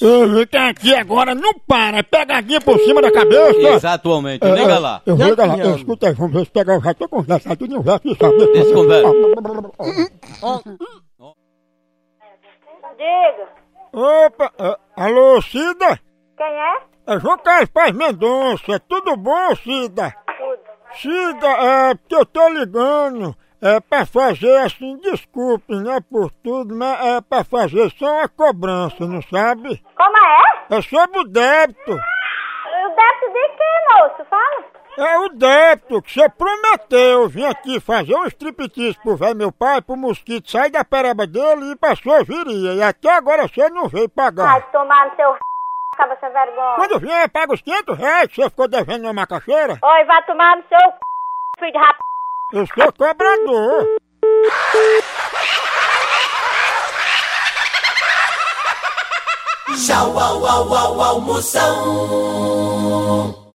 Eu vou tá aqui agora, não para, é pegadinha por cima da cabeça. É, Exatamente, liga lá. Eu vou dar lá, eu, escuta aí, vamos ver se pegar, eu já tô conversando, tudo em verso, sabe? Desconversa. Diga, Opa, é, alô, Cida? quem é? É João Carlos Paz Mendonça, é tudo bom, Cida? Tudo. Cida, é porque eu tô ligando, é pra fazer assim, desculpe, né, por tudo, mas é pra fazer só uma cobrança, não sabe? Como é? É sobre o débito. O débito de quê, moço? Fala. É o débito que você prometeu vir aqui fazer um striptease pro velho meu pai, pro mosquito sair da pereba dele e ir pra sua viria. E até agora você não veio pagar. Vai tomar no seu r... acaba sem vergonha. Quando vier, paga os 500 reais que você ficou devendo na macaxeira. Oi, vai tomar no seu c... filho de rap... Eu sou cobrador. Tchau, au, au, au, almoção.